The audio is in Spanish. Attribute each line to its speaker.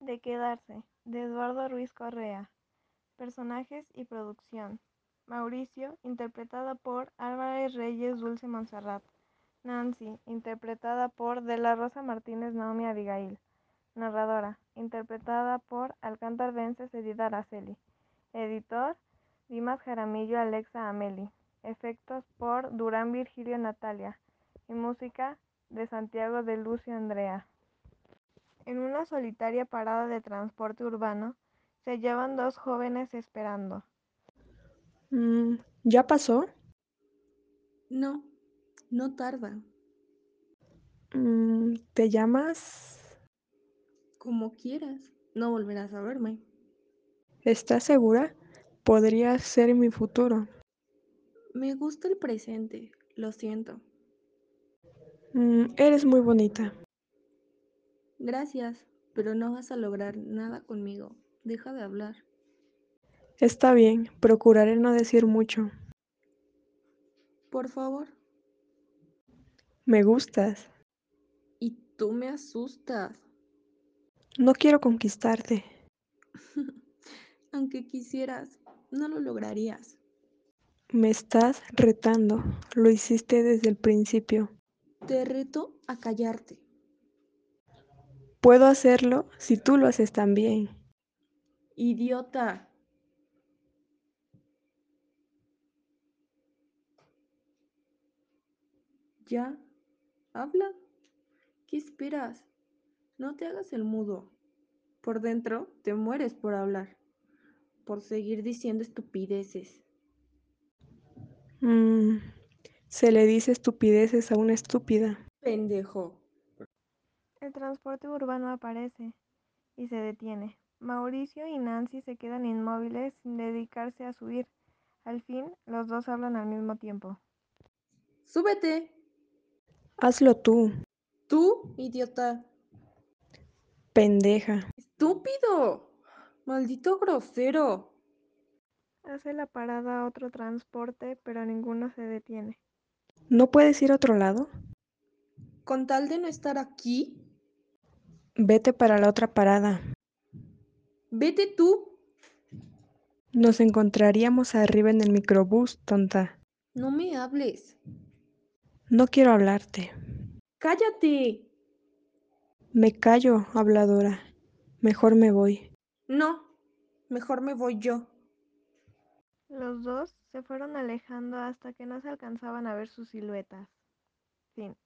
Speaker 1: De quedarse, de Eduardo Ruiz Correa. Personajes y producción. Mauricio, interpretada por Álvarez Reyes Dulce Monserrat. Nancy, interpretada por De la Rosa Martínez Naomi Abigail. Narradora, interpretada por Alcántar Vences Edith Araceli. Editor, Dimas Jaramillo Alexa Ameli. Efectos por Durán Virgilio Natalia. Y música de Santiago de Lucio Andrea. En una solitaria parada de transporte urbano, se llevan dos jóvenes esperando.
Speaker 2: Mm, ¿Ya pasó?
Speaker 3: No, no tarda.
Speaker 2: Mm, ¿Te llamas?
Speaker 3: Como quieras, no volverás a verme.
Speaker 2: ¿Estás segura? Podría ser mi futuro.
Speaker 3: Me gusta el presente, lo siento.
Speaker 2: Mm, eres muy bonita.
Speaker 3: Gracias, pero no vas a lograr nada conmigo. Deja de hablar.
Speaker 2: Está bien, procuraré no decir mucho.
Speaker 3: Por favor.
Speaker 2: Me gustas.
Speaker 3: Y tú me asustas.
Speaker 2: No quiero conquistarte.
Speaker 3: Aunque quisieras, no lo lograrías.
Speaker 2: Me estás retando. Lo hiciste desde el principio.
Speaker 3: Te reto a callarte.
Speaker 2: Puedo hacerlo si tú lo haces también.
Speaker 3: Idiota. Ya, habla. ¿Qué esperas? No te hagas el mudo. Por dentro te mueres por hablar, por seguir diciendo estupideces.
Speaker 2: Mm, se le dice estupideces a una estúpida.
Speaker 3: Pendejo.
Speaker 1: El transporte urbano aparece y se detiene. Mauricio y Nancy se quedan inmóviles sin dedicarse a subir. Al fin, los dos hablan al mismo tiempo.
Speaker 3: Súbete.
Speaker 2: Hazlo tú,
Speaker 3: Tú, idiota.
Speaker 2: pendeja.
Speaker 3: Estúpido. Maldito grosero.
Speaker 1: Hace la parada a otro transporte, pero ninguno se detiene.
Speaker 2: ¿No puedes ir a otro lado?
Speaker 3: Con tal de no estar aquí,
Speaker 2: Vete para la otra parada.
Speaker 3: vete tú.
Speaker 2: Nos encontraríamos arriba en el microbús, tonta.
Speaker 3: No me hables.
Speaker 2: No quiero hablarte.
Speaker 3: Cállate.
Speaker 2: Me callo, habladora. Mejor me voy.
Speaker 3: No. Mejor me voy yo.
Speaker 1: Los dos se fueron alejando hasta que no se alcanzaban a ver sus siluetas. Fin.